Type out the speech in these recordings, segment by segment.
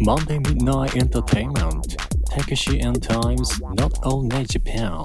Monday Midnight Entertainment Takeshi and Times Not Only Japan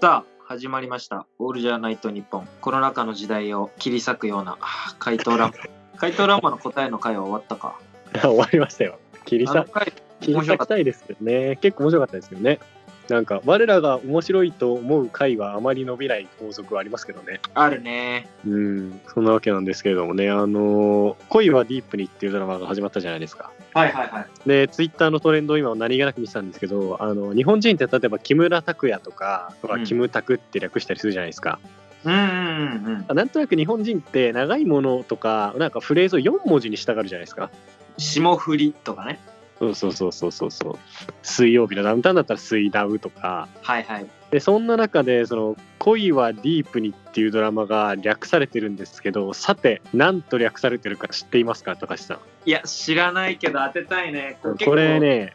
さあ始まりました「オールジャーナイトニッポン」コロナ禍の時代を切り裂くようなあー怪盗 ランマ怪盗ランマの答えの回は終わったか終わりましたよ。切りあの裂回切り裂きたいですけどね。結構面白かったですよね。なんか、我らが面白いと思う回はあまり伸びない法則はありますけどね。あるねうん、そんなわけなんですけれどもね、あのー恋はディープにっていうドラマが始まったじゃないですか。はいはいはいで、ツイッターのトレンドを今何気なく見てたんですけど、あの日本人って例えば木村拓哉とか、とかうんキムタクって略したりするじゃないですか。うんうんうんなんとなく日本人って長いものとか、なんかフレーズを4文字にしたがるじゃないですか。霜降りとかねそうそうそうそうそうそう。水曜日のダウンタウンだったら水ダウとか。はいはいで、そんな中で、その、恋はディープにっていうドラマが略されてるんですけど、さて、なんと略されてるか知っていますか、高橋さん。いや知らないけど当てたいね結構これね、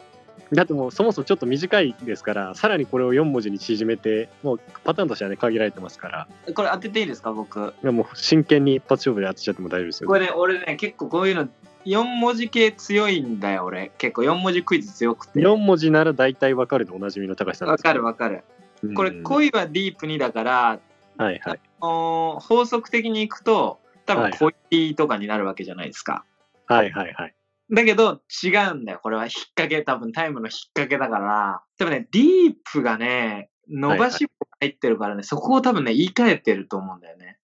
だってもうそもそもちょっと短いですから、さらにこれを4文字に縮めて、もうパターンとしてはね、限られてますから、これ当てていいですか僕いやもう真剣に一発勝負で当てちゃっても大丈夫ですよ。これね俺ね結構こういうの4文字系強いんだよ俺結構4文字クイズ強くて4文字なら大体わかるでおなじみの高橋さんわですけかどるわかるうんこれ恋はディープにだからはいはい。あのー法則的にいくと多は分いは恋とかになるわけじゃないですか、はいはいはい。だけど違うんだよこれは引っ掛け多分タイムの引っ掛けだから多分ねディープがね伸ばし棒入ってるからね、そこを多分ね言い換えてると思うんだよね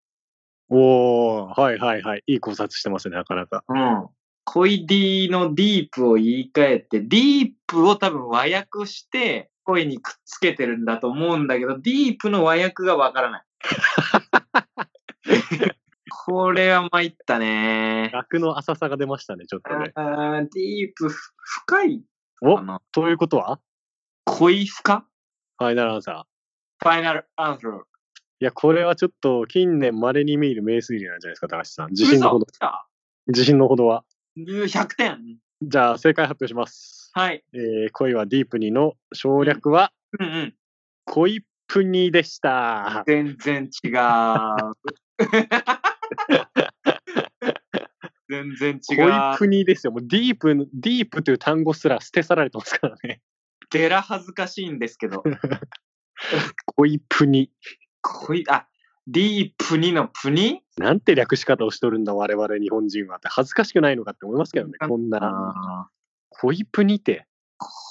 おー、はいはいはい。いい考察してますね、なかなか。うん恋 D のディープを言い換えて、ディープを多分和訳して、恋にくっつけてるんだと思うんだけど、ディープの和訳がわから ない。これは参ったね。楽の浅さが出ましたね、ちょっとね。あーディープふ深いおかなということは恋深ファイナルアンサー。ファイナルアンサー。いや、これはちょっと近年稀に見る名推理なんじゃないですか、高橋さん。自信のほど嘘。来た自信のほどは。 100点。じゃあ、正解発表します。はい。えー恋はディープにの省略は、うんうん。恋プニでした。全然違う。 全然違恋う。プニですよ。もうディープ、ディープという単語すら捨て去られてますからね。デラ恥ずかしいんですけど。恋プニ。恋、あ、ディープにのプニなんて略し方をしとるんだ、我々日本人はって。恥ずかしくないのかって思いますけどね、こんな。あー恋プニって。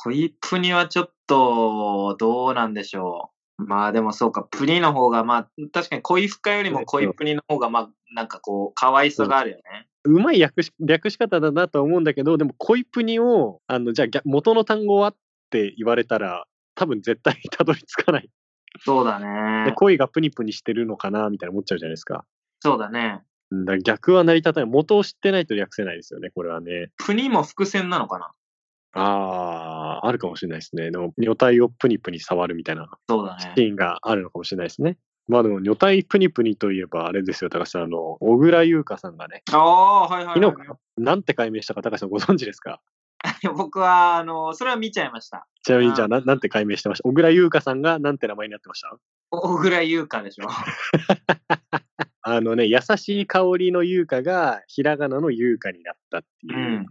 恋プニはちょっと、どうなんでしょう。まあでもそうか、プニの方が、まあ確かに恋深よりも恋プニの方が、まあなんかこう、可愛さがあるよね。うまい略し略し方だなとは思うんだけど、でも、恋プニを、あの、じゃあ、逆元の単語はって言われたら、多分絶対たどり着かない。そうだでね。恋がプニプニしてるのかな、みたいな思っちゃうじゃないですか。そうだね。うんだから逆は成り立たない。元を知ってないと略せないですよね、これはね。プニも伏線なのかなああ、あるかもしれないですね。でも、女体をプニプニ触るみたいなそうだシね。ーンがあるのかもしれないですね。まあでも、女体プニプニといえば、あれですよ、高橋さん、あの、小倉優香さんがね、ああ、はいはい、昨日はかなんて解明したか、高橋さんご存知ですかい。 僕は、あの、それは見ちゃいました。ちなみに、じゃああーな、なんて解明してました小倉優香さんがなんて名前になってました小倉優香でしょ。あのね、優しい香りの優香が、ひらがなの優香になったっていうう。ん。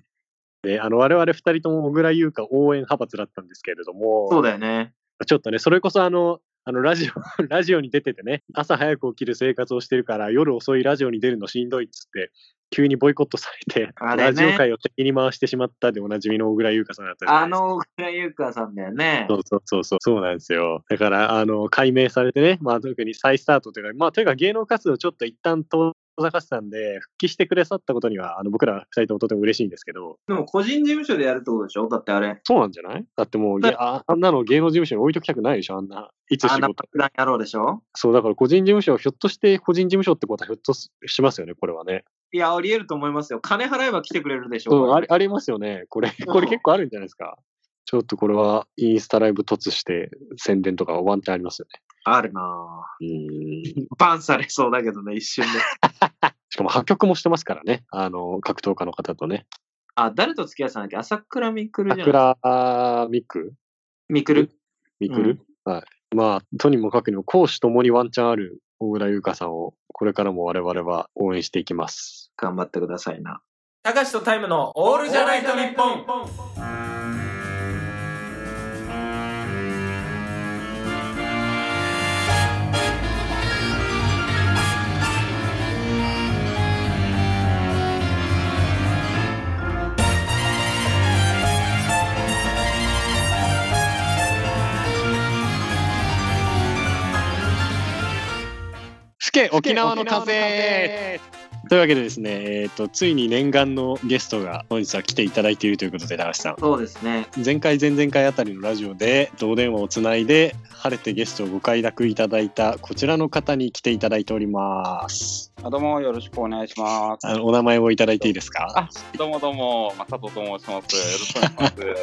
で、あの、我々二人とも小倉優香応援派閥だったんですけれども、そうだよね。ちょっとね、それこそあの、あのラジオ、 ラジオに出ててね、朝早く起きる生活をしてるから、夜遅いラジオに出るのしんどいっつって、急にボイコットされて、あれねラジオ界を敵に回してしまったでおなじみの小倉優香さんだったじゃあないですかの小倉優香さんだよね。そうそうそうそう、そうなんですよ。だから、あの、解明されてね、まあ特に再スタートというか、まあというか芸能活動ちょっと一旦遠ざかってたんで、復帰してくださったことには、あの僕ら二人ともとても嬉しいんですけど、でも個人事務所でやるってことでしょだってあれ。そうなんじゃないだってもう、いやああんなの芸能事務所に置いときたくないでしょ、あんな。いつあ仕んな事爆弾野郎でしょそう、だから個人事務所、ひょっとして個人事務所ってことはひょっとししますよね、これはね。いや、あり得ると思いますよ。金払えば来てくれるでしょそうありありますよね、これ。んこれ結構あるんじゃないですか。ちょっとこれはインスタライブ突して宣伝とかワンチャンありますよあるなぁね。うん。バンされそうだけどね、一瞬で。しかも破局もしてますからね、あの、格闘家の方とね。 あ、誰と付き合ってたんだっけ朝倉未来じゃん。桜ミク未来ミクル、はい。まあ、とにもかくにも攻守ともにワンチャンある小倉優香さんを、これからも我々は応援していきます。頑張ってくださいな。たかしとタイムのオールじゃないと日本。スケ沖縄の風というわけでですね、えー、とついに念願のゲストが本日は来ていただいているということで高橋さんそうですね。前回前々回あたりのラジオでお電話をつないで晴れてゲストをご快諾いただいたこちらの方に来ていただいておりますあどうもよろしくお願いします。あのお名前をいただいていいですかあどうもどうも、まあ、佐藤と申します。よろしくお願いします。よろ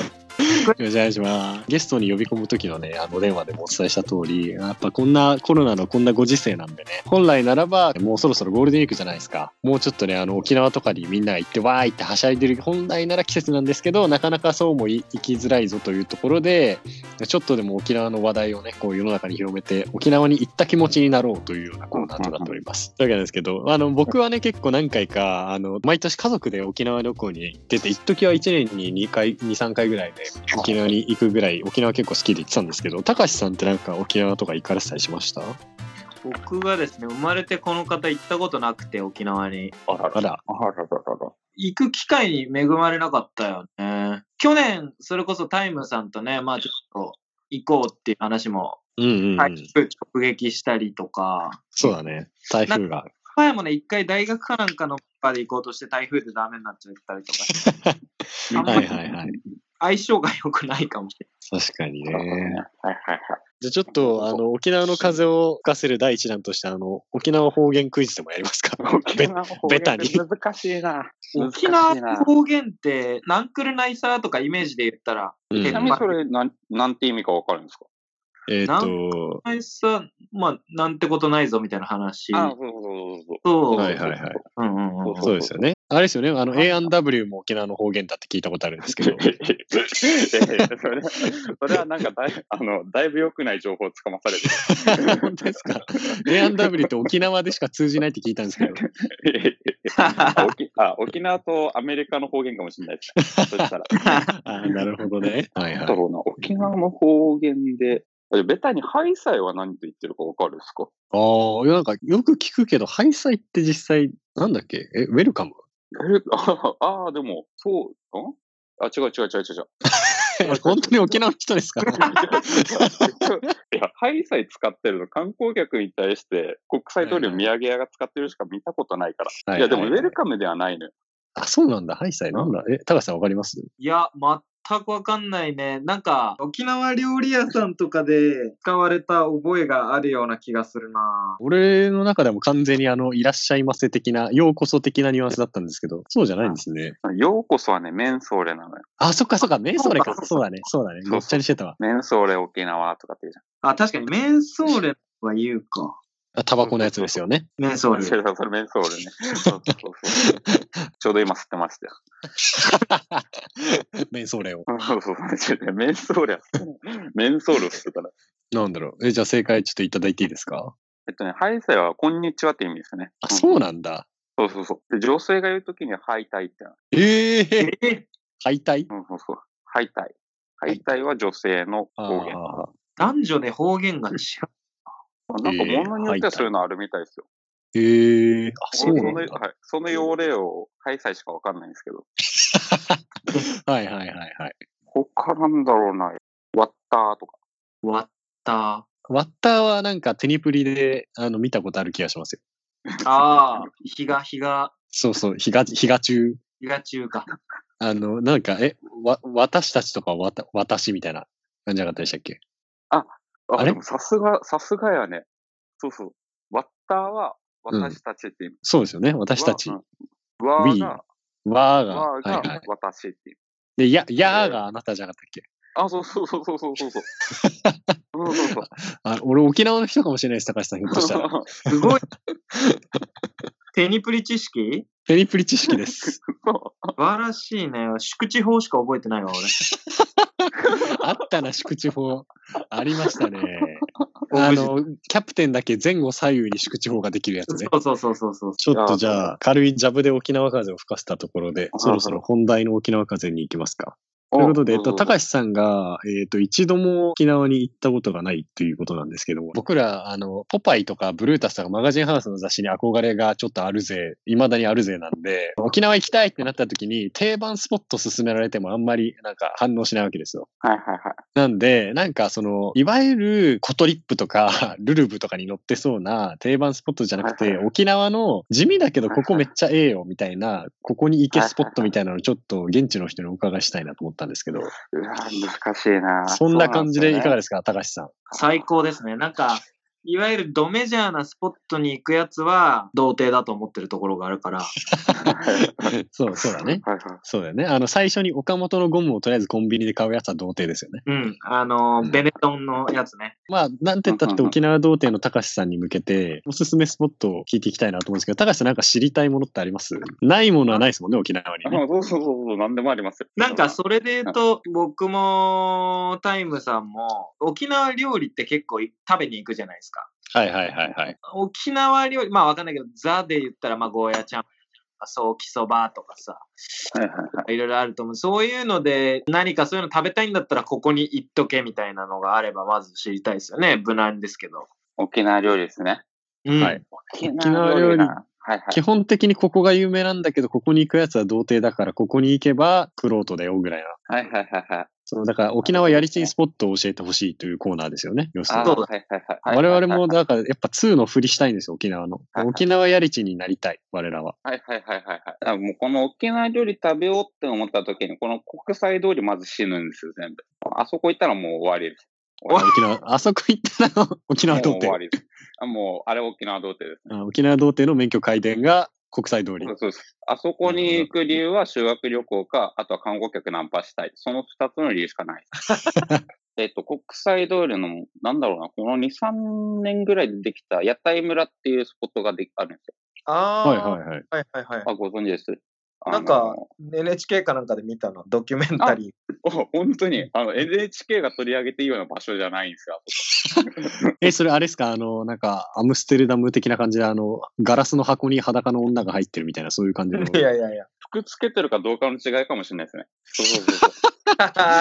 しくお願いしますゲストに呼び込む時のねあのお電話でもお伝えした通りやっぱこんなコロナのこんなご時世なんでね本来ならばもうそろそろゴールデンウィークじゃないですかもうちょっとねあの沖縄とかにみんなが行ってわーいってはしゃいでる本来なら季節なんですけどなかなかそうもい行きづらいぞというところでちょっとでも沖縄の話題をねこう世の中に広めて沖縄に行った気持ちになろうというようなコーナーとなっております。というわけなんですけどあの僕はね結構何回かあの毎年家族で沖縄旅行に行ってて一時は1年に2回23回ぐらいで 沖縄に行くぐらい沖縄結構好きで行ってたんですけどたかしさんってなんか沖縄とか行かれてたりしました 僕はですね、生まれてこの方行ったことなくて、沖縄に。あらあらあらららら。行く機会に恵まれなかったよね。去年、それこそタイムさんとね、まあちょっと行こうっていう話も、うんうん、うん台風直撃したりとか、そうだね台風が前もね、一回大学かなんかの中で行こうとして台風でダメになっちゃったりとか、あんまはいりはいはい相性が良くないかもしれ確かにはいはいねはい。じゃあちょっとあの沖縄の風を吹かせる第一弾としてあの沖縄方言クイズでもやりますか沖縄方言ベタに難しいな。ない。難しい沖縄なの方言って、ナンクルナイサーとかイメージで言ったら、うんちなみにそれ、なん、なんて意味かわかるんですかえっ、とナイサー、まあ、なんてことないぞみたいな話。あ、そうそうそうそう。はいはいはいうんうんうん。そうですよねあれですよねあの A&W も沖縄の方言だって聞いたことあるんです けそう。どいやいやいやそれ それはなんかだいあのだいぶ良くない情報をつかまされてる本当です か A&W って沖縄でしか通じないって聞いたんですけどいやいやいやあ 沖あ沖縄とアメリカの方言かもしれないですね。そしたら。あーなるほどねはいはないんだろうな、沖縄の方言で、えベタにハイサイは何と言ってるかわかるんですかああ、いやなんかよく聞くけど、ハイサイって実際、なんだっけえ、ウェルカムえ ああー、でも、そう、んあ、違う違う違う違う違う。 本当に沖縄の人ですかいや、ハイサイ使ってるの、観光客に対して、国際通りの土産屋が使ってるしか見たことないから。はいいや、でも、ウェルカムではないのよ。あ、そうなんだ。ハイサイなんだ。え、高橋さんわかりますいや、全くわかんないね。なんか、沖縄料理屋さんとかで使われた覚えがあるような気がするな。俺の中でも完全にあの、いらっしゃいませ的な、ようこそ的なニュアンスだったんですけど、そうじゃないんですね。ようこそはね、メンソーレなのよ。あ、そっかそっか、メンソーレかそう。かそうだね、そうだね。そうごっちゃにしてたわ。メンソーレ沖縄とかって言うじゃん。あ、確かに、メンソーレは言うか。あタバコのやつですよね。 メンソーレ。 そうそうそれメンソーレね。そうそうそうちょうど今吸ってましたよ。メンソーレを。そうそうそう。メンソールや。メンソールをしてたら。なんだろう。え、じゃあ正解ちょっといただいていいですかえっとね、ハイサイはこんにちはって意味ですね。あ、そうんなんだ。そうそうそう。で、女性が言うときにはハイタイってなる。ええ ー、え、敗退うん、そうそう。ハイタイ。ハイタイは女性のあ方言。あ男女で方言が違う。なんか物によってはそういうのあるみたいですよ。ー。ええー、あ、そうなんの、はだい。、その用例をハイサイしかわかんないんですけど。 はいはいはいはい。他なんだろうな。割ったとか。割った。ワッターはなんかテニプリであの見たことある気がしますよ。ああ、 日が、日が、そうそう、日が、日が中。日が中か。あの、なんか、え、わ、私たちとかわた、私みたいな感じじゃなかったでしたっけああ、れでもさすが、さすがやね。そうそう。割ったは私たちって意味。そうですよね。私たち。わわ、う We んわーが、ーが、わーはいはがい。私って意味。で、や、やーがあなたじゃなかったっけあ、そうそうそ うそうそうそうそう。そうそうそう。 あ、俺沖縄の人かもしれないです、高橋さん、ひょっとしたら。すごい。ペニプリ知識ペニプリ知識 です。そう。素晴らしいね。宿地法しか覚えてないわ、俺。あったな、宿地法。ありま したね。オあブジェの、キャプテンだけ前後左右に宿地法ができるやつね。そうそうそうそうそう。ちょっとじゃあ、軽いジャブで沖縄風を吹かせたところで、そろそろ本題の沖縄風に行きますか。ということで、えっと、高橋さんが、えっと、一度も沖縄に行ったことがないということなんですけども、僕ら、あの、ポパイとかブルータスとかマガジンハウスの雑誌に憧れがちょっとあるぜ、未だにあるぜなんで、沖縄行きたいってなった時に、定番スポット勧められてもあんまりなんか反応しないわけですよ。はいはいはい。なんで、なんかその、いわゆるコトリップとか、 ルルブとかに載ってそうな定番スポットじゃなくはいて、はい沖縄の地味だけどはいこはいこめっちゃええよみたいな、ここに行けスポットみたいなのちょっと現地の人にお伺いしたいなと思ったんですけど、うわ、難しいな。そんな感じでいかがでですか、高橋 さん。最高ですね。なんか、いわゆるドメジャーなスポットに行くやつは、童貞だと思ってるところがあるから。すかねそう、 そうだね。はいはい。そうだよね。あの、最初に岡本のゴムをとりあえずコンビニで買うやつは童貞ですよね。うん。あの、ベネトンのやつね。まあ、なんて言ったって沖縄童貞の高橋さんに向けて、おすすめスポットを聞いていきたいなと思うんですけど、高橋さんなんか知りたいものってありますないものはないですもんね、沖縄にね。あそうそうそうそう、なんでもありますよ。なんか、それで言うと、僕も、タイムさんも、沖縄料理って結構い食べに行くじゃないですか。はいはいはいはい。沖縄料理、まあわかんないけど、ザで言ったら、まあゴーヤチャンプルーとか、ソーキそばとかさ、はいはいはい。いろいろあると思う。そういうので、何かそういうの食べたいんだったら、ここに行っとけみたいなのがあれば、まず知りたいですよね。無難ですけど。沖縄料理ですね。うん。はい沖縄料理なはいは基い。本的にここが有名なんだけど、ここに行くやつは童貞だから、ここに行けばクロートだよぐらいな。はいはいはいはい。そう、だから沖縄やりちんスポットを教えてほしいというコーナーですよね。要するあにそうはいはいはい。我々も、だからやっぱ2のふりしたいんですよ、沖縄のは。い沖縄やりちんになりたい、我らは。はいはいはいはいはい。あもうこの沖縄料理食べようって思った時に、この国際通りまず死ぬんですよ、全部。あそこ行ったらもう終わりです。わ沖縄、あそこ行った ら沖縄童もう終わ貞。りです。あもう、あれ沖縄童貞ですね。あ沖縄童貞の免許改伝が国際通りそ。うそうそうあそこに行く理由は修学旅行か、あとは観光客ナンパしたい。その二つの理由しか ない。えっと、国際通りの、なんだろうな、この2、3年ぐらいでできた屋台村っていうスポットができあるんですよ。あはいはいはい。はいはいはいあ、ご存知です。あのなんか NHK かなんかで見たの、ドキュメンタリー。お 本当にあの NHK が取り上げていいような場所じゃないんですよ。 え、それあれですかあの、なんか、アムステルダム的な感じで、あの、ガラスの箱に裸の女が入ってるみたいな、そういう感じの。いやいやい や。服つけてるかどうかの違いかもしれないですね。そうそう そうそ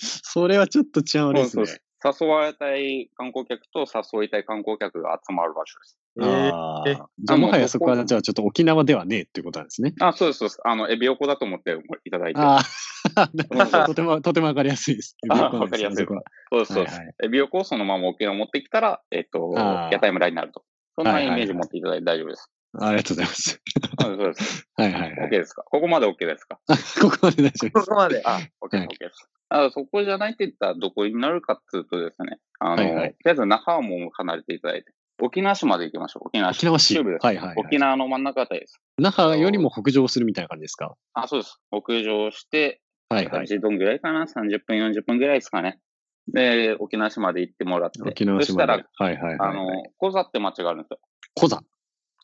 それはちょっと違うう。ですそうねそう。そう誘われたい観光客と誘いたい観光客が集まる場所です。えーあえーじゃあ、あもはもやうそそここは、じゃあ、ちょっと沖縄ではねえっていうことなん ですね。あ、そうです、そうです。あの、エビ横だと思っていただいて。ああ、そうそうとても、とてもわかりやすいです。あーわんなわかりやすそいこはそうです、そうです。はいはいエビ横をそのまま沖縄持ってきたら、えっと、あー屋台村になると。そんはないイはいメージ持っていただいて大丈 夫です。ありがとうございます。うんそうです。はいはいは OK い。ですかここまで OK ですかここまで大丈夫でこす。こまで。あ、OK はでいす、OK です。あそこじゃないって言ったらどこになるかっていうとですね、あはの、いはいとりあえず那覇はもう離れていただいて、沖縄市まで行きましょう。沖縄市。沖縄市。中はい部ですはいはい。沖縄の真ん中あたりです。那覇よりも北上するみたいな感じですかあ、そうです。北上して、はいはい。私どんぐらいかな ?30 分、40分ぐらいですかね。で、沖縄市まで行ってもらって。沖縄そ市したまで。ら、はいはいはいあはのい。、コザって町があるんですよ。コザ。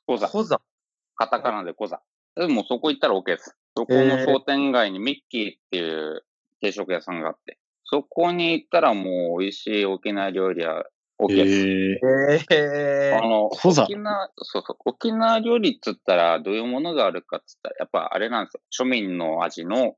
コザ。コザ。カタカナでコザ。でもそこ行ったら OK です。そこの商店街にミッキーっていう定食屋さんがあって、そこに行ったらもう美味しい沖縄料理は OK です。えー、えあの、コザ沖。縄、そうそう、沖縄料理っつったらどういうものがあるかっつったら、やっぱあれなんですよ。庶民の味の、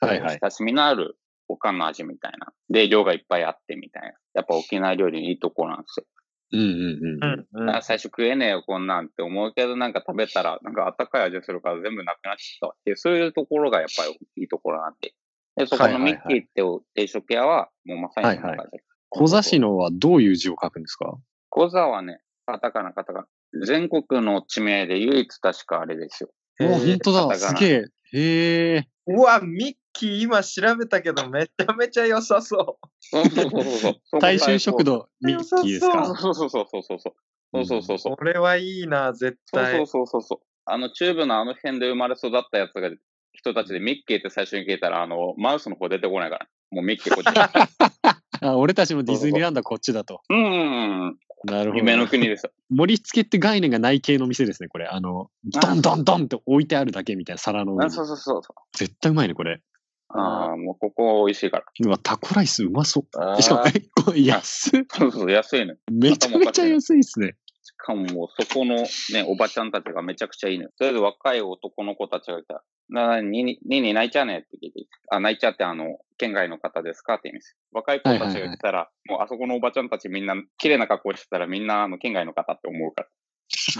はいはい。親しみのあるおかんの味みたいな。で、量がいっぱいあってみたいな。やっぱ沖縄料理のいいとこなんですよ。うんうんううん。んうんあ最初食えねえよ、こんなんって思うけど、なんか食べたら、なんかあったかい味するから全部なくなっちゃったっていう、そういうところがやっぱりいいところなんで。で、そこはいのはいはいミッキーってお定食屋は、もうまさにそんな感じ。コザ市のはどういう字を書くんですか小座はね、カタカナ、カタカナ。全国の地名で唯一確かあれ ですよ。お、えー本当だ。カタカすナげえ。へえ。うわ、ミッキー今調べたけど、めちゃめちゃ良さそう。そうそうそうそうそう。大衆食堂、ミッキーですそかこそうそうそうそうそう。そうそうそうそう。これはいいな、絶対。そうそうそうそうそう。あの、中部のあの辺で生まれ育ったやつが、人たちでミッキーって最初に聞いたら、あの、マウスの方出てこないから。もうミッキーこっち。あ俺たちもディズニーランドはこっちだと。うんうんうん。なるほど。夢の国です。盛り付けって概念がない系の店ですね、これ。あの、ドンドンドンって置いてあるだけみたいな皿の上あにそうそうそうそ絶対うまいね、これ。う。ああ、もうここ美味しいかうわ、タコライスうまそう。ら。しかも、あーえ、これ安っそうそう、安いね。めちゃめちゃ安いですね。しかももうそこのね、おばちゃんたちがめちゃくちゃいいのよ。とりあえず若い男の子たちがいたら、なに、ににに泣いちゃうねって聞いて、あ、泣いちゃうってあの、県外の方ですかって言うんですよ。若い子たちが来たら、もうあそこのおばちゃんたちみんな、綺麗な格好してたらみんなあの、県外の方って思 う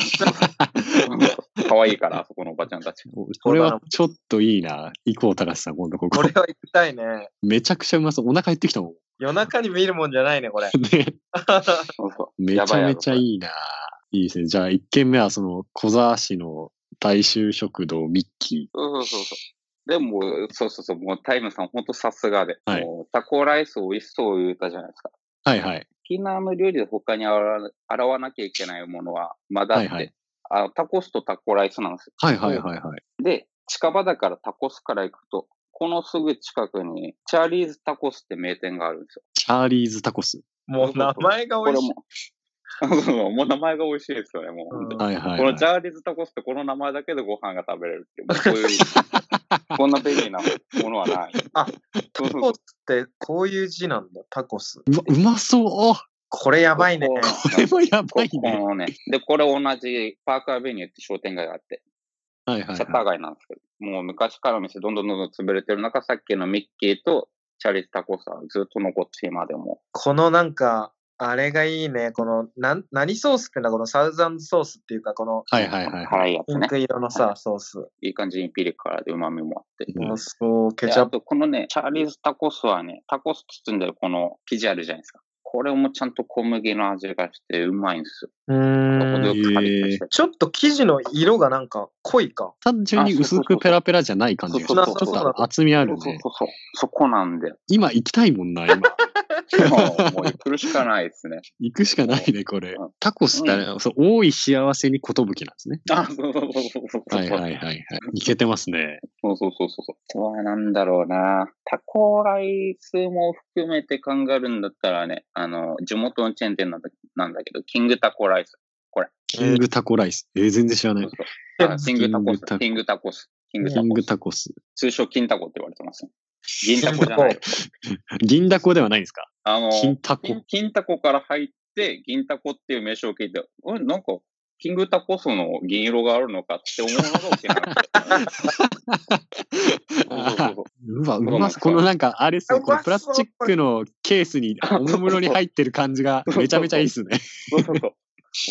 から。可愛いから、あそこのおばちゃんたち。これはちょっといいな。行こう、高橋さん、今度こここれ。は行きたいね。めちゃくちゃうまそう。お腹減ってきたもん。夜中に見るもんじゃないね、これ。ねそうそうめちゃめちゃいいな。いいですね。じゃあ、1軒目はその、小沢市の大衆食堂ミッキそうそうそうそう。でも、そうそうそう、もうタイムさんほんとさすがで、はいもうタコライス美味しそう言ったじゃないですか。ー。はいはい。沖縄の料理で他に洗わ洗わなきゃいけないものは、まだあっはて、いはい。あのタコスとタコライスなんですよ。はいはいはいはい。で、近場だからタコスから行くと、このすぐ近くに、チャーリーズタコスって名店があるんですよ。チャーリーズタコス。もう名前がこ美れ味しい。も、そうそうもう 名前が美味しいですよね、もう。うんはいはい、こはいのチ。ャーリーズタコスってこの名前だけでご飯が食べれるっていう、もうこう いう、こんな便利なものはない。あそタうそうコそスってこういう字なんだ、タコス。うわ、うまそう。これやばいね。ここれもやばう。いこね。のね、で、これ同じパークアベニューって商店街があって、はいはい、シャッターは街なんですけど、もう昔からの店どんどんどんどん潰れてる中、さっきのミッキーとチャーリーズタコスはずっと残って今でも。このなんか、あれがいいね。この、なん、何ソースってんだこのサウザンドソースっていうか、このい。はいはいはい。辛いやつピンね。ク色のさ、ソース。いい感じにピリ辛で旨味もあって。うんもうそう、ケでチャあップ。と、このね、チャーリーズタコスはね、タコス包んでるこの生地あるじゃないですか。これもちゃんと小麦の味がしてうまいんですうよ。程ーよん。くカリッとして。ちょっと生地の色がなんか濃いか。単純に薄くペラペラじゃない感じがすそうる。ちそうょっそうと厚みあそるうそうね。そうそう。そこな んで。今行きたいもんな、 今。でももう行くしかないですね。行くしかないね、これうん。タコスってあれ、そう多い幸せに寿なんですね。あ、そうそうそうそうそうそう。はいはいはいはい。いけてますね。そうそうそうそうそう。うわ、なんだろうな。タコライスも含めて考えるんだったらね、あの、地元のチェーン店なんだなんだけど、キングタコライス。キングタコライス。えー、全然知らない。そうそうあキングタコキングタコス。キングキタコス。キングタンコグス。タコス。通称金タコって言われてます。銀タコじゃない。銀タコではないんですかあの、金タコ。金金タコから入って、銀タコっていう名称を聞いて、あれ、なんか、キングタコスの銀色があるのかって思うのが沖縄なんだよそうそう そうそううわ、うそうなんまですそよう。このなんか、あれっすね。うまこそうのプラスチックのケースに、おもむろに入ってる感じがめちゃめちゃいいっすね。そうそうそう。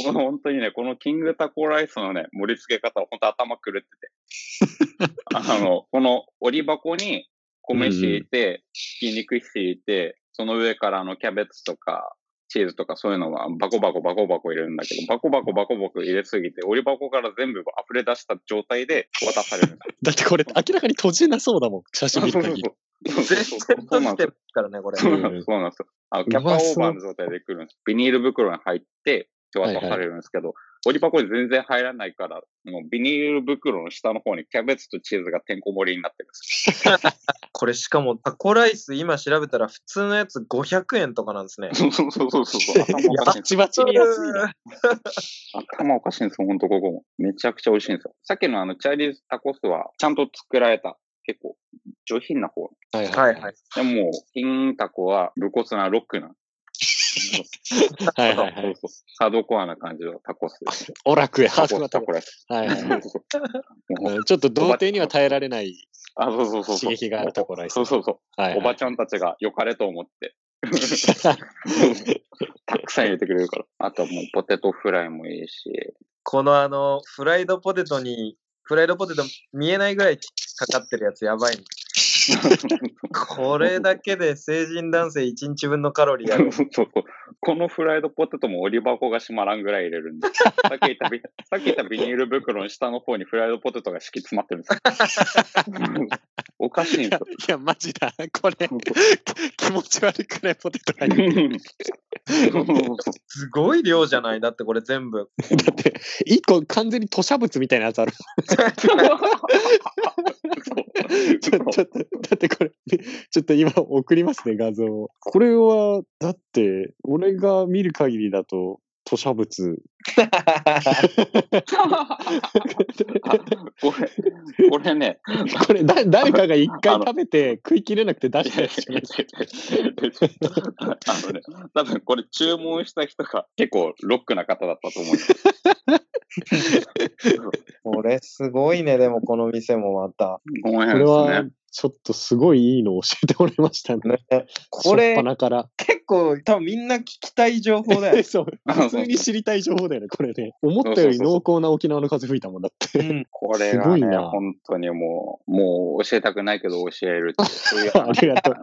もう本当にね、このキングタコライスのね、盛り付け方、本当頭狂ってて。あの、この折り箱に米敷いて、ひき肉敷いて、その上からあのキャベツとか、チーズとかそういうのはバコバコバコバコ入れるんだけど、バコバコバコバコ入れすぎて、折り箱から全部溢れ出した状態で渡されるんだ。 だってこれ明らかに閉じなそうだもん。写真見る限り。そうそうそ絶対うそう閉なじんでてするからね、これ。そうなんです。そうなんですあのキャパオーバーの状態で来るんです。ビニール袋に入って、今日渡されるんですけど、折り箱に全然入らないから、もうビニール袋の下の方にキャベツとチーズがてんこ盛りになってるんです。これしかもタコライス今調べたら普通のやつ500円とかなんですね。そうそうそうそうそう。頭おかしいん バでチバチに安いな。すよ。頭おかしいんですよ、ほんとここも。めちゃくちゃ美味しいんですよ。さっきのあの、チャーリーズタコスは、ちゃんと作られた、結構、上品な方。はいはいはい。でももう、金タコは、武骨なロックな。はそいうはそういはい。そうハードコアな感じのタコスです。オラクエ、ハターフコス、はタタココ。ライス。はいはいはい。もううんちょっと童貞には耐えられないあ、そうそうそうそう。刺激があるタコライスそうそうそう。はいはい。おばちゃんたちが良かれと 思って。たくさん入れてくれる から。あとはもうポテトフライもいいし。このあの、フライドポテトに、フライドポテト見えないぐらいかかってるやつやばいね。これだけで成人男性1日分のカロリーあそるう。そうそうこのフライドポテトも折り箱が閉まらんぐらい入れるんで。 さっき言ったビさっき言ったビニール袋の下の方にフライドポテトが敷き詰まってるんです よ。おかしいんですよ。いや、マジだ。こ れ、気持ち悪くないポテトがそう そうそうすごい量じゃないだってこれ全部。だって、一個完全に吐砂物みたいなやつある。ちょちょっと、だってこれ、ちょっと今送りますね、画像を。これは、だって、俺が見る限りだと、吐砂物。これ、これね、これだ、誰かが一回食べて食い切れなくて出いしやたいやつじゃやないいやいやあのね、多分これ注文した人が結構ロックな方だったと思うよ。これすごいね、でもこの店もまた。ごめんこれですはね。、ちょっとすごいいいの教えてもらいましたね。ねこ初っれ端から。。結構多分みんな聞きたい情報だよねそう。普通に知りたい情報だよね、これね。思ったより濃厚な沖縄の風吹いたもんだっうて。ん、これすがごいね、な本当にもう、もう教えたくないけど教えるっていうそういう ありがとう。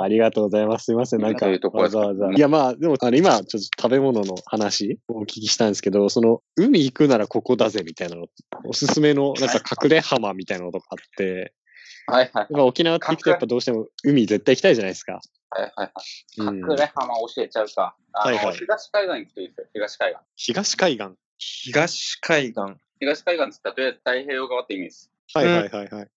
ありがとうございます。すいません。なんか、そういうとこわですざかわざ。いや、まあ、でも、あの、今、ちょっと食べ物の話をお聞きしたんですけど、その、海行くならここだぜ、みたいなの、おすすめ の、なんか、隠れ浜みたいなのとかあって、はいはいまあ、沖縄って行くと、やっぱどうしても海絶対行きたいじゃないですか。はいはい。う隠んれ浜教えちゃうか。あはいの、はい東海岸行くといいですよ、東海岸。東海岸。東海岸。東海岸って言ったら太平洋側って意味です。はいはいはいはい。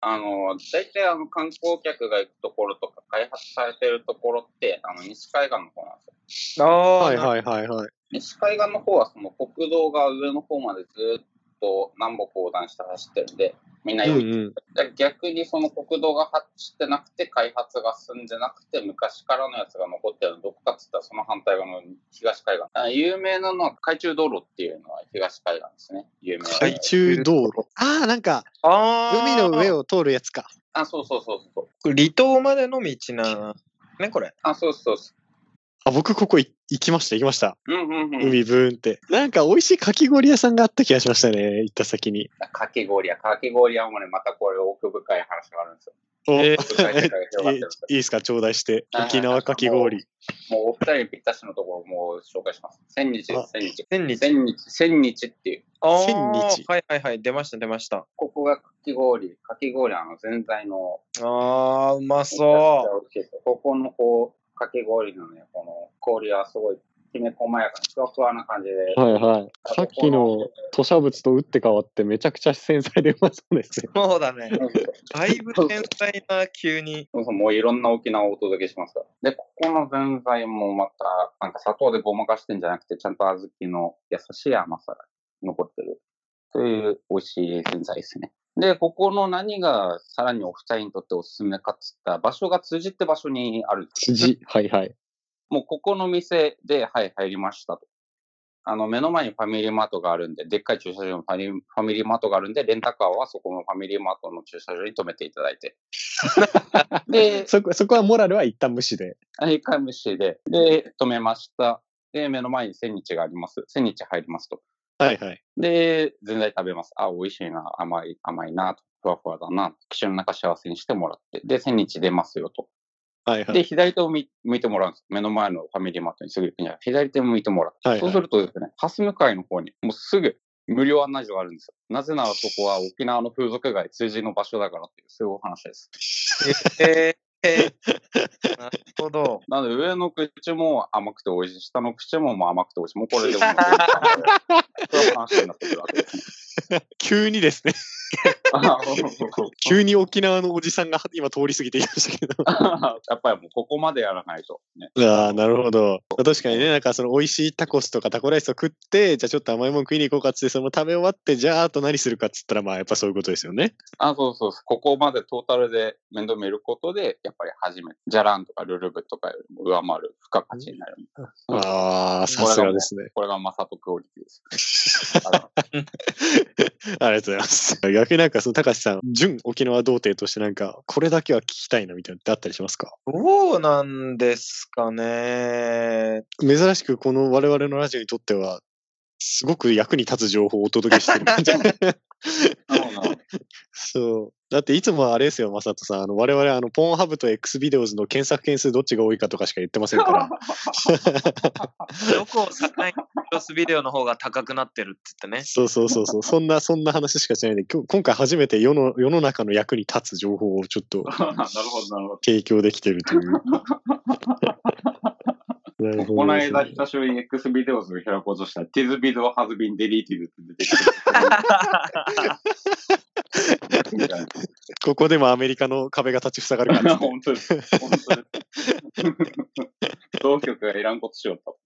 あの、大体あの観光客が行くところとか開発されてるところって、あの、西海岸の方なんですよ。ああ、はいはいはいはい。西海岸の方はその国道が上の方までずっと南北横断して走ってるんで、みんなうよい、んうん。逆にその国道が走ってなくて、開発が進んでなくて、昔からのやつが残ってるのどこかっつったらその反対側の東海岸。あ有名なのは海中道路っていうのは東海岸ですね。有名な。海中道路。ああ、なんか、あー海の上を通るやつか。あ、そうそうそうそう。これ離島までの道な。ね、これ。あ、そうそうそあ、僕、ここい行きました、行きました。う。うんうんうん。海ブーンって。なんか、美味しいかき氷屋さんがあった気がしましたね。行った先に。かき氷屋。かき氷屋もね、またこれ奥深い話があるんですよ。おえー奥深い世界が広がってるんですよいいですか、頂戴して。はいはい沖縄かき氷。もうお二人にぴったしのところをもう紹介します。千日あ、千日。千日。千日、千日っていう。あー千日はいはいはい。出ました出ました。ここがかき氷、かき氷あの全体の。。ああ、うまそうここのこう、かき氷のね、この氷はすごいきめ細やか、ふわふわな感じで。はいはい。さっきの吐砂物と打って変わってめちゃくちゃ繊細でうまそうです ね。う。そうだね。うんだいぶ繊細な、急 に。そうそうもういろんな沖縄をお届けしますから。で、ここの全体もまた、なんか砂糖でごまかしてんじゃなくて、ちゃんと小豆の優しい甘さが残ってる。という美味しい全体ですね。で、ここの何がさらにお二人にとっておすすめかっつったら、場所が辻って場所にある。辻。はいはい。もうここの店で、はい、入りましたと。あの、目の前にファミリーマートがあるんで、でっかい駐車場のファミリーファミリーマートがあるんで、レンタカーはそこのファミリーマートの駐車場に止めていただいて。で、そこ、そこはモラルは一旦無視で。あれか無視で、で、止めました。で、目の前に千日があります。千日入りますと。はいはい。で、全体食べます。あ、美味しいな、甘い、甘いな、とふわふわだな、口の中幸せにしてもらって。で、千日出ますよと。はいはで、い。左手を見向いてもらうんです。目の前のファミリーマートにすぐ行くんじゃない左手を向いてもらう。はいそうはすい、るとですね、ハス向かいの方に、もうすぐ無料案内所があるんですよ。なぜならそこは沖縄の風俗街、通じの場所だからっていう、そういうお話です。えー、えー、なるほど。なので、上の口も甘くて美味しい、下の口ももう甘くて美味しい。もうこ れでもうそういう話になってくるわけですね。急にですね、あそうそうそう 急に沖縄のおじさんが今通り過ぎていましたけど。 やっぱりもうここまでやらないと、ね。ああ、なるほど。確かにね、なんかその美味しいタコスとかタコライスを食って、じゃあちょっと甘いもん食いに行こうかっつって、その食べ終わって、じゃああと何するかっつったら、まあやっぱそういうことですよね。あ、そうそうそう。ここまでトータルで面倒見ることで、やっぱり初めて、ジャランとかルルブとかよりも上回る付加価値になる。うんああ、さすがですね。これがマサトクオリティです。あの ありがとうございます。逆になんか、その、高橋さん、純沖縄童貞としてなんか、これだけは聞きたいなみたいなのってあったりしますか どうなんですかね。珍しくこの我々のラジオにとっては、すごく役に立つ情報をお届けしてる感じ。 そうなの そう。だっていつもはあれですよ、マサトさん。あの、我々、あの、ポーンハブと X ビデオズの検索件数どっちが多いかとかしか言ってませんから。どこを境にクロスビデオの方が高くなってるって言ってね。 そうそうそうそう。そんな、そんな話しかしないんで、今日今回初めて世の、世の中の役に立つ情報をちょっとなるほど、なるほど。提供できてると いう。なるほどですねこの間、久しぶりに X ビデオズを開こうとしたら、Tis Video Has Been Deleted って出てきてる みたいここでもアメリカの壁が立ち塞がる感じ な。。本当です。本当です。当局がいらんことしようと。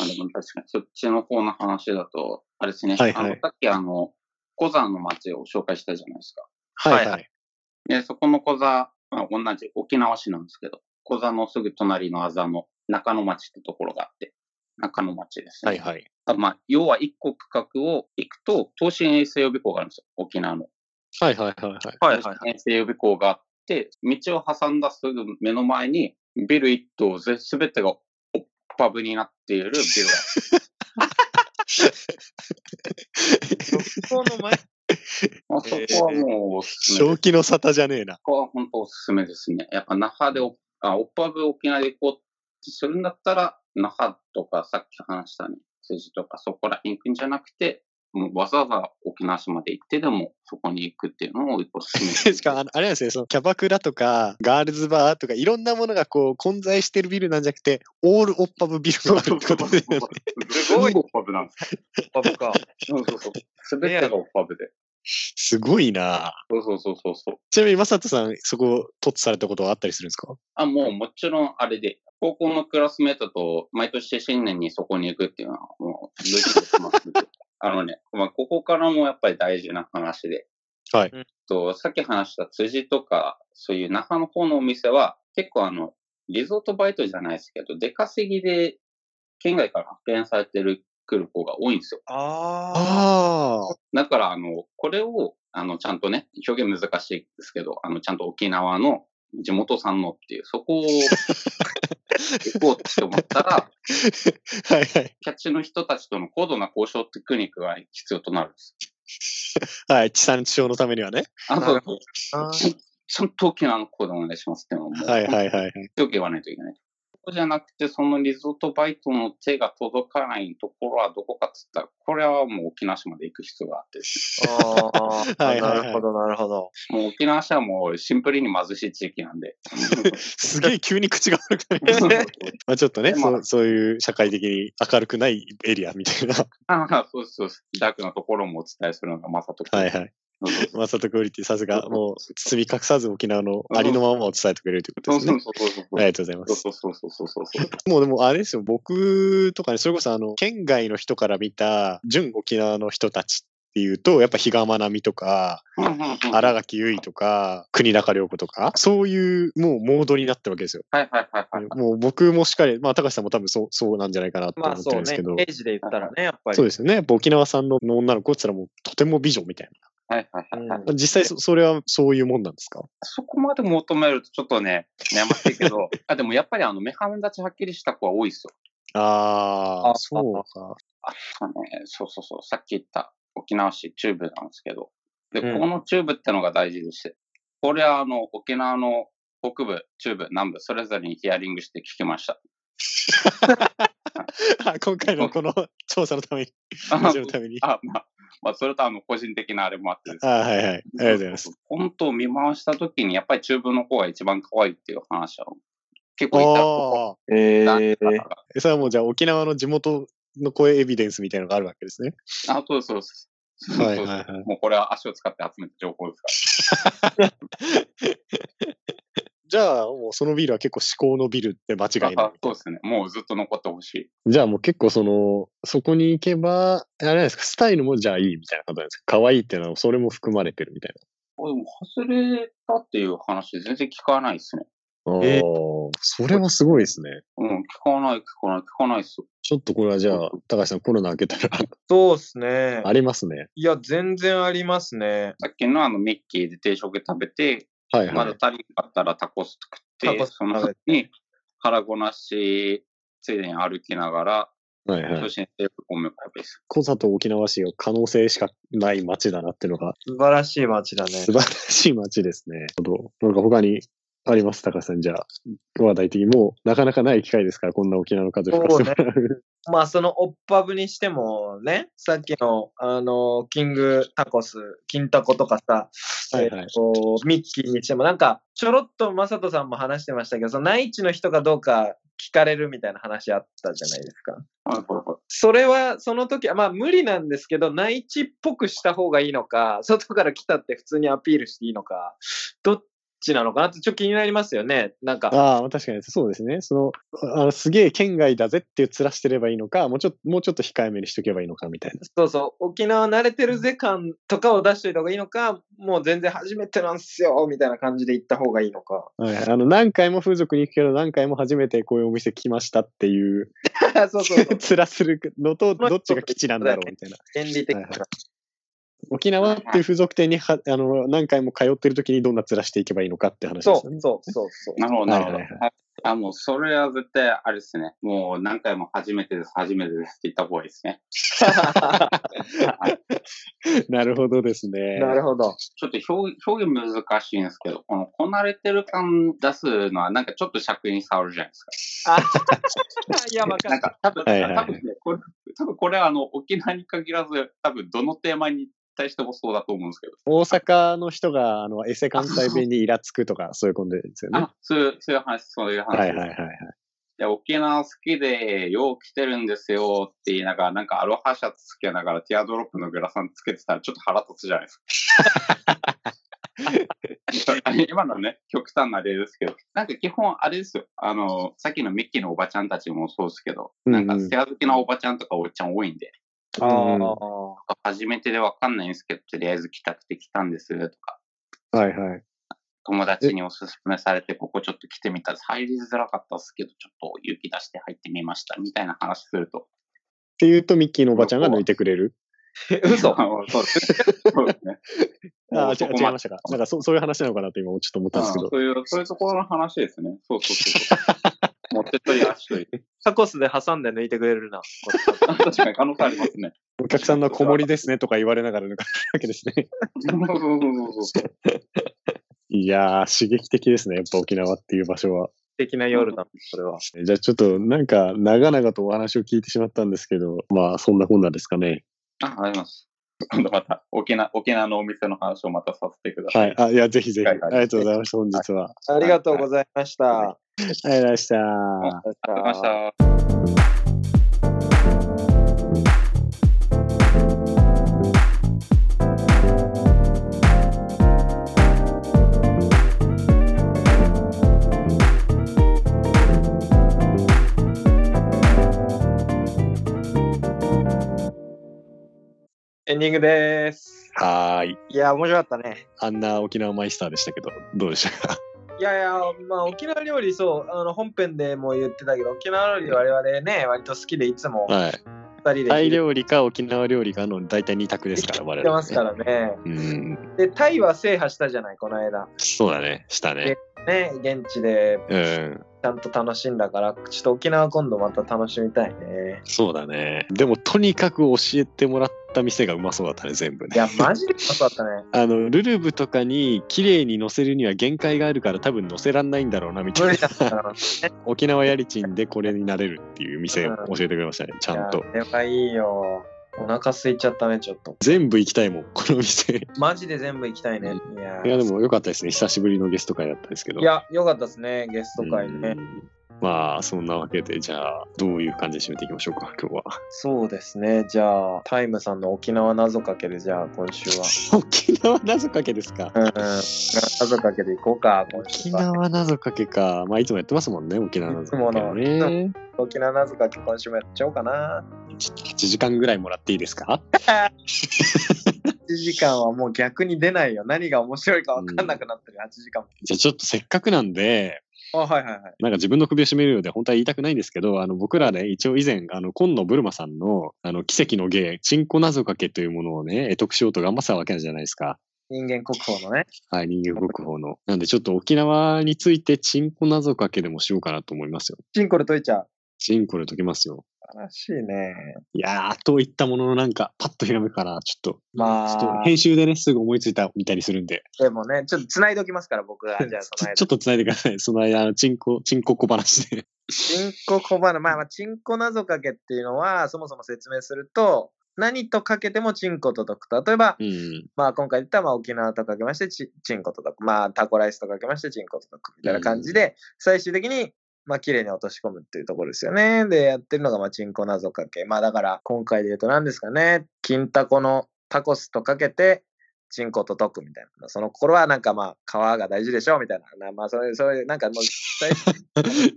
あでも確かにそっちの方の話だと、あれですね、はいはいあのさっきあの、コザの街を紹介したじゃないですか。はいははいい。で、そこのコザ、まあ、同じ沖縄市なんですけど、コザのすぐ隣のあざの中野町ってところがあって、中野町ですね。はいはい。あまあ、要は一個区画を行くと、東進衛生予備校があるんですよ、沖縄の。はいはいはいはい。はいはいはい。衛生予備校があって、道を挟んだすぐ目の前に、ビル一棟ぜ、すべてがオッパブになっているビルが そこの前、あそこはもうおすすめ正です。気の沙汰じゃね えな。ここは本当おすすめですね。やっぱ那覇でお、あ、オッパブ沖縄で行こうってするんだったら、那覇とかさっき話したね、辻とかそこら辺行くんじゃなくて、もうわざわざ沖縄市まで行ってでもそこに行くっていうのをおすすめです。しかもあのあれなんですね、そのキャバクラとか、ガールズバーとか、いろんなものがこう混在してるビルなんじゃなくて、オールオッパブビルがあるってことですね。すごいオッパブなんです。パブか。そうそうそう。すべてがオッパブで。すごいなそうそうそうそうそう。ちなみに、マサトさん、そこ、突されたことはあったりするんですかあ、もうもちろんあれで、高校のクラスメートと毎年新年にそこに行くっていうのは、もう、ルーティンです あのね、まあ、ここからもやっぱり大事な話で。はいうんと、さっき話した辻とか、そういう那覇の方のお店は、結構あの、リゾートバイトじゃないですけど、出稼ぎで県外から派遣されてる、来る子が多いんですよ。ああ。ああ。だから、あの、これを、あの、ちゃんとね、表現難しいですけど、あの、ちゃんと沖縄の地元産のっていう、そ こを行こうって思ったら、はいはい。キャッチの人たちとの高度な交渉テクニックが必要となるんです。はい、地産地消のためにはね。あなると、ちゃんと沖縄のコードお願いしますっていうのも、はいはいはいはい。強く言わないといけない。そうじゃなくて、そのリゾートバイトの手が届かないところはどこかっつったら、これはもう沖縄市まで行く必要があってですねあーはいはいはいなるほど、なるほど。 もう沖縄市はもうシンプルに貧しい地域なんで。すげえ急に口が悪くな りましたね。まあちょっとね、でもそう、そういう社会的に明るくないエリアみたいな。はああ、そうそうそう。ダークなところもお伝えするのがまさとか。いはい。そうそうマサトクオリティ、さすが、もう包み隠さず沖縄のうんありのままを伝えてくれるということそでうすそうね。そうそあうりがとうございまそうす。そうそうそうそうそうそう。もうでもあれですよ、僕とかね、それこそあの、県外の人から見た、純沖縄の人たちっていうと、やっぱ比嘉愛未とか、荒新が。垣結衣とか、国中涼子とか、そういうもうモードになってるわけですよ。はいはいはいはい。もう僕もしっかり、まあ、高橋さんも多分そう、そうなんじゃないかなとまあ思ってるそうんですねけど、。エイジで言ったらね、やっぱり。そうですよね。やっぱ沖縄産の女の子って言ったらもう、とても美女みたいはいはいはいはい。うんな。実際そ、それはそういうもんなんですかそこまで求めるとちょっとね、悩ましいけど、 あ、でもやっぱりあの、目鼻立ちはっきりした子は多いですよ。あああ、そうか。あのね、そうそうそう。さっき言った沖縄市中部なんですけど。で、うんここの中部ってのが大事でして、これはあの、沖縄の北部、中部、南部、それぞれにヒアリングして聞きました。あ今回のこの調査のために、あ調査のために。ああ、まあ、まあ、それとあの、個人的なあれもあってですねはいはい。ありがとうございます。。本当を見回したときに、やっぱり中部の方が一番可愛いっていう話は、結構いたこああえーとだかー、それはもうじゃあ沖縄の地元の声エビデンスみたいなのがあるわけですね。ら。あ、そうですそうです。そうはいそうはいそうはい。もうこれは足を使って集めた情報ですかじゃあもうそのビルは結構思考のビルって間ら。違いないあ。そうですね。もうずっと残ってほしい。じゃあもう結構その、そこに行けば、あれなんですか、スタイルもじゃあいいみたいなことなんですか可愛いっていうのはそれも含まれてるみたいおでも、外れたっていう話全然聞かないですね。な。ああ、えそれはすごいですね。うん、聞かない、聞かない、聞かないっすよ。ちょっとこれはじゃあ、高橋さんコロナ開けたら そうですね。ありますね。いや、全然ありますね。さっきのあの、ミッキーで定食食べて、はいはい。まだ足りなかったらタコス食って、タコス食べてその時に腹ごなし、ついでに歩きながら、はいはい初。心者コメコです。コザと沖縄市は可能性しかない街だなっていうのが、素晴らしい街だね素晴。らしい街ですね。なんか他にあります、高橋さん。じゃあ、話題的にもうなかなかない機会ですから、こんな沖縄の数深そうくねてもらう。まあ、そのオッパブにしてもね、さっきの、あの、キングタコス、金タコとかさ、 はいはいえっとミッキーにしても、なんか、ちょろっとマサトさんも話してましたけど、その内地の人かどうか聞かれるみたいな話あったじゃないですか。はい、これこれ。それは、その時は、まあ無理なんですけど、内地っぽくした方がいいのか、外から来たって普通にアピールしていいのか、どっちなのかなってちょっと気になりますよね。なんか、ああ、確かにそうですね。その、あのすげえ県外だぜっていう面してればいいのか、もうちょっと、もうちょっと控えめにしとけばいいのかみたいな。そうそう、沖縄慣れてるぜ感とかを出しといた方がいいのか、もう全然初めてなんすよ、みたいな感じで行った方がいいのか。 はい、あの、何回も風俗に行くけど、何回も初めてこういうお店来ましたっていう、そう そうそう面するのと、どっちが基地なんだろうみたいな。原理的な。はい沖縄っていう風俗店には、あの、何回も通ってる時にどんな面していけばいいのかって話ですそよねう。そうそうそう。なるほど、なるほど。はいはいあ、もう、それは絶対、あれですね。もう、何回も初めてです、初めてですって言った方がいいですね。なるほどですね。なるほど。ちょっと表表現難しいんですけど、この、こなれてる感出すのは、なんかちょっと尺に触るじゃないですか。いや、わかなんる。か、多分、はいはいはい多分ね、これ、多分これはあの、沖縄に限らず、多分どのテーマに対してもそうだと思うんですけど、大阪の人が、あの、エセ関西弁にイラつくとか、そういうことですよね。あそういう、そういう話、そういう話。はいはいはい。いや沖縄好きで、よう来てるんですよって言いながら、なんかアロハシャツつけながらティアドロップのグラサンつけてたらちょっと腹立つじゃないです か。今のね、極端な例ですけど、なんか基本あれですよ。あの、さっきのミッキーのおばちゃんたちもそうですけど、うんうなんんか世話好きなおばちゃんとかおっちゃん多いんで、ああうんー。初めてでわかんないんですけど、とりあえず来たくて来たんですとか、はいはい。友達におすすめされて、ここちょっと来てみた。入りづらかったですけど、ちょっと勇気出して入ってみましたみたいな話すると、っていうと、ミッキーのおばちゃんが抜いてくれる。嘘。あのそうですね。そうですね。 ああ、そ違うこ違いまましたか。なんかそ、そういう話なのかなって今、ちょっと思ったんですけうんど。そういう、そういうところの話ですね。そうそうそうそう。持ってっとり足取り。タコスで挟んで抜いてくれるな。確かに可能性ありますね。お客さんの子守りですねとか言われながら抜かれるわけですね。そうそうそう そう。いやー、刺激的ですね。やっぱ沖縄っていう場所は。的な夜だ、それは。じゃあちょっとなんか長々とお話を聞いてしまったんですけど、まあそんなこんなですかね。あ、あります。今度また沖縄、沖縄のお店の話をまたさせてください。はい。あ、いや、ぜひぜひ。あはいりはいがとうございました、本日は。ありがとうございました。はありがとうございました。ありあがとうりござまいし。ましたエンディングです。はーい。いや、面白かったね。あんな沖縄マイスターでしたけど、どう でしたかいやいや、まあ、沖縄料理、そう、あの本編でも言ってたけど、沖縄料理、我々ね、割と好きで、いつもはい。二人でタイ行料理か沖縄料理かの大体2択ですから、我っ々、てますからね。うん。で、タイは制覇したじゃない、この間。そうだね。したね。ね、現地でうん。ちゃんと楽しんだから、ちょっと沖縄今度また楽しみたいね。そうだね。でもとにかく教えてもらった店がうまそうだったね、全部ねい。や、マジで楽しかった ね。あの、ルルブとかに綺麗に乗せるには限界があるから多分乗せらんないんだろうな、みた無い理だったな。な。沖縄やりちんでこれになれるっていう店を教えてくれましたね、ちゃんいとや。あれはいいよ。お腹空いちゃったね、ちょっと。全部行きたいもん、この店。いマジで全部行きたいね。いや、や、でも良かったですね。久しぶりのゲスト会だったんですけど。いやよかったですね、ゲストうん、会ね。まあ、そんなわけで、じゃあ、どういう感じで締めていきましょうか、今日は。 そうですね。じゃあ、タイムさんの沖縄謎かけで、じゃあ、今週は。沖縄謎かけですか。うん、謎かけでいこうか、今沖週は。縄謎かけか。まあ、いつもやってますもんね、沖縄謎かけはね。いつもね沖縄謎かけ、今週もやっちゃおうかな。ちょっと8時間ぐらいもらっていいですか8時間はもう逆に出ないよ。何が面白いか分かんなくなってる、8時間も。じゃあ、ちょっとせっかくなんで、あ、はいはいはい。なんか自分の首を絞めるようで本当は言いたくないんですけど、あの僕らね、一応以前、あの、今野ブルマさんの、あの、奇跡の芸、チンコ謎かけというものをね、得得しようと頑張ってたわけじゃないですか。人間国宝のね。はい、人間国宝の。なんでちょっと沖縄についてチンコ謎かけでもしようかなと思いますよ。チンコで解いちゃう。チンコで解けますよ。素晴らしいね。いやー、といったもののなんか、パッとひらめくかな、ちょっと。まちょっとあ、編集でね、すぐ思いついたみたいにするんで、でもね、ちょっと繋いでおきますから、僕が。じゃあ、そちの ょち間ょっ。と繋いでください。その間、あのチン コ、チンコ小話で。チンコ小花、まあまあ、チンコ謎かけっていうのは、そもそも説明すると、何とかけてもチンコと解く。例えば、うん。まあ今回言ったまあ沖縄とかけましてチチンコとか、まあタコライスとかけましてチンコとかみたいな感じで、最終的にまあ綺麗に落とし込むっていうところですよね。で、やってるのがまあチンコ謎かけ。まあだから今回で言うと何ですかね、金タコのタコスとかけて、チンコと解くみたいな。その心はなんかまあ、皮が大事でしょみたいな。なまあ、そういう、そういう、なんかもう、最初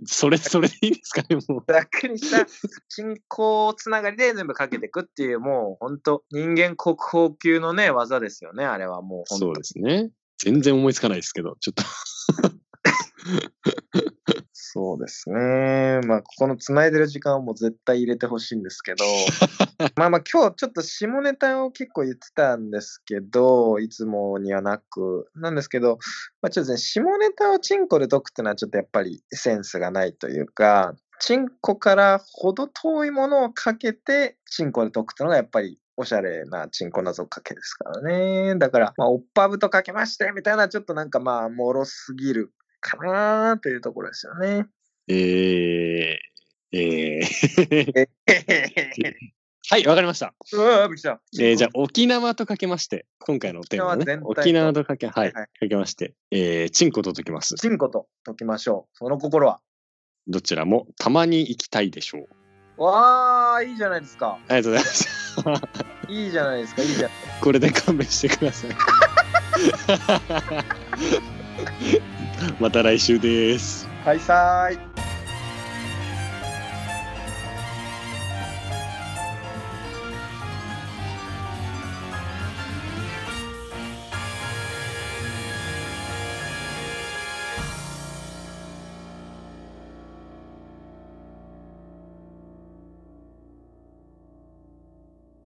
それ、それでいいですかね、もう。ざっくりした、チンコつながりで全部かけていくっていう、もう、本当人間国宝級のね、技ですよね、あれはもう、本当そうですね。全然思いつかないですけど、ちょっと。そうですね。まあ、ここの繋いでる時間はもう絶対入れてほしいんですけど、まあまあ今日ちょっと下ネタを結構言ってたんですけど、いつもにはなく、なんですけど、まあちょっとね、下ネタをチンコで解くっていうのはちょっとやっぱりセンスがないというか、チンコからほど遠いものをかけて、チンコで解くっていうのがやっぱりおしゃれなチンコ謎かけですからね。だから、まあ、おっぱぶとかけましてみたいな、ちょっとなんかまあ、もろすぎるかなーというところですよ ね。えー、えー、はい、わかりました。うわー、びっくりした。えー、じゃあ、沖縄とかけまして、今回のテーマはね、沖沖縄縄全体ととかけ、はい、はかいけまして、えー、チンコと解きます。チンコと解きましょう。その心は。どちらもたまに行きたいでしょう。わー、いいじゃないですか。ありがとうございます。 いいじゃないですか、いいじゃないこれで勘弁してください。 また来週です。はい、さーい。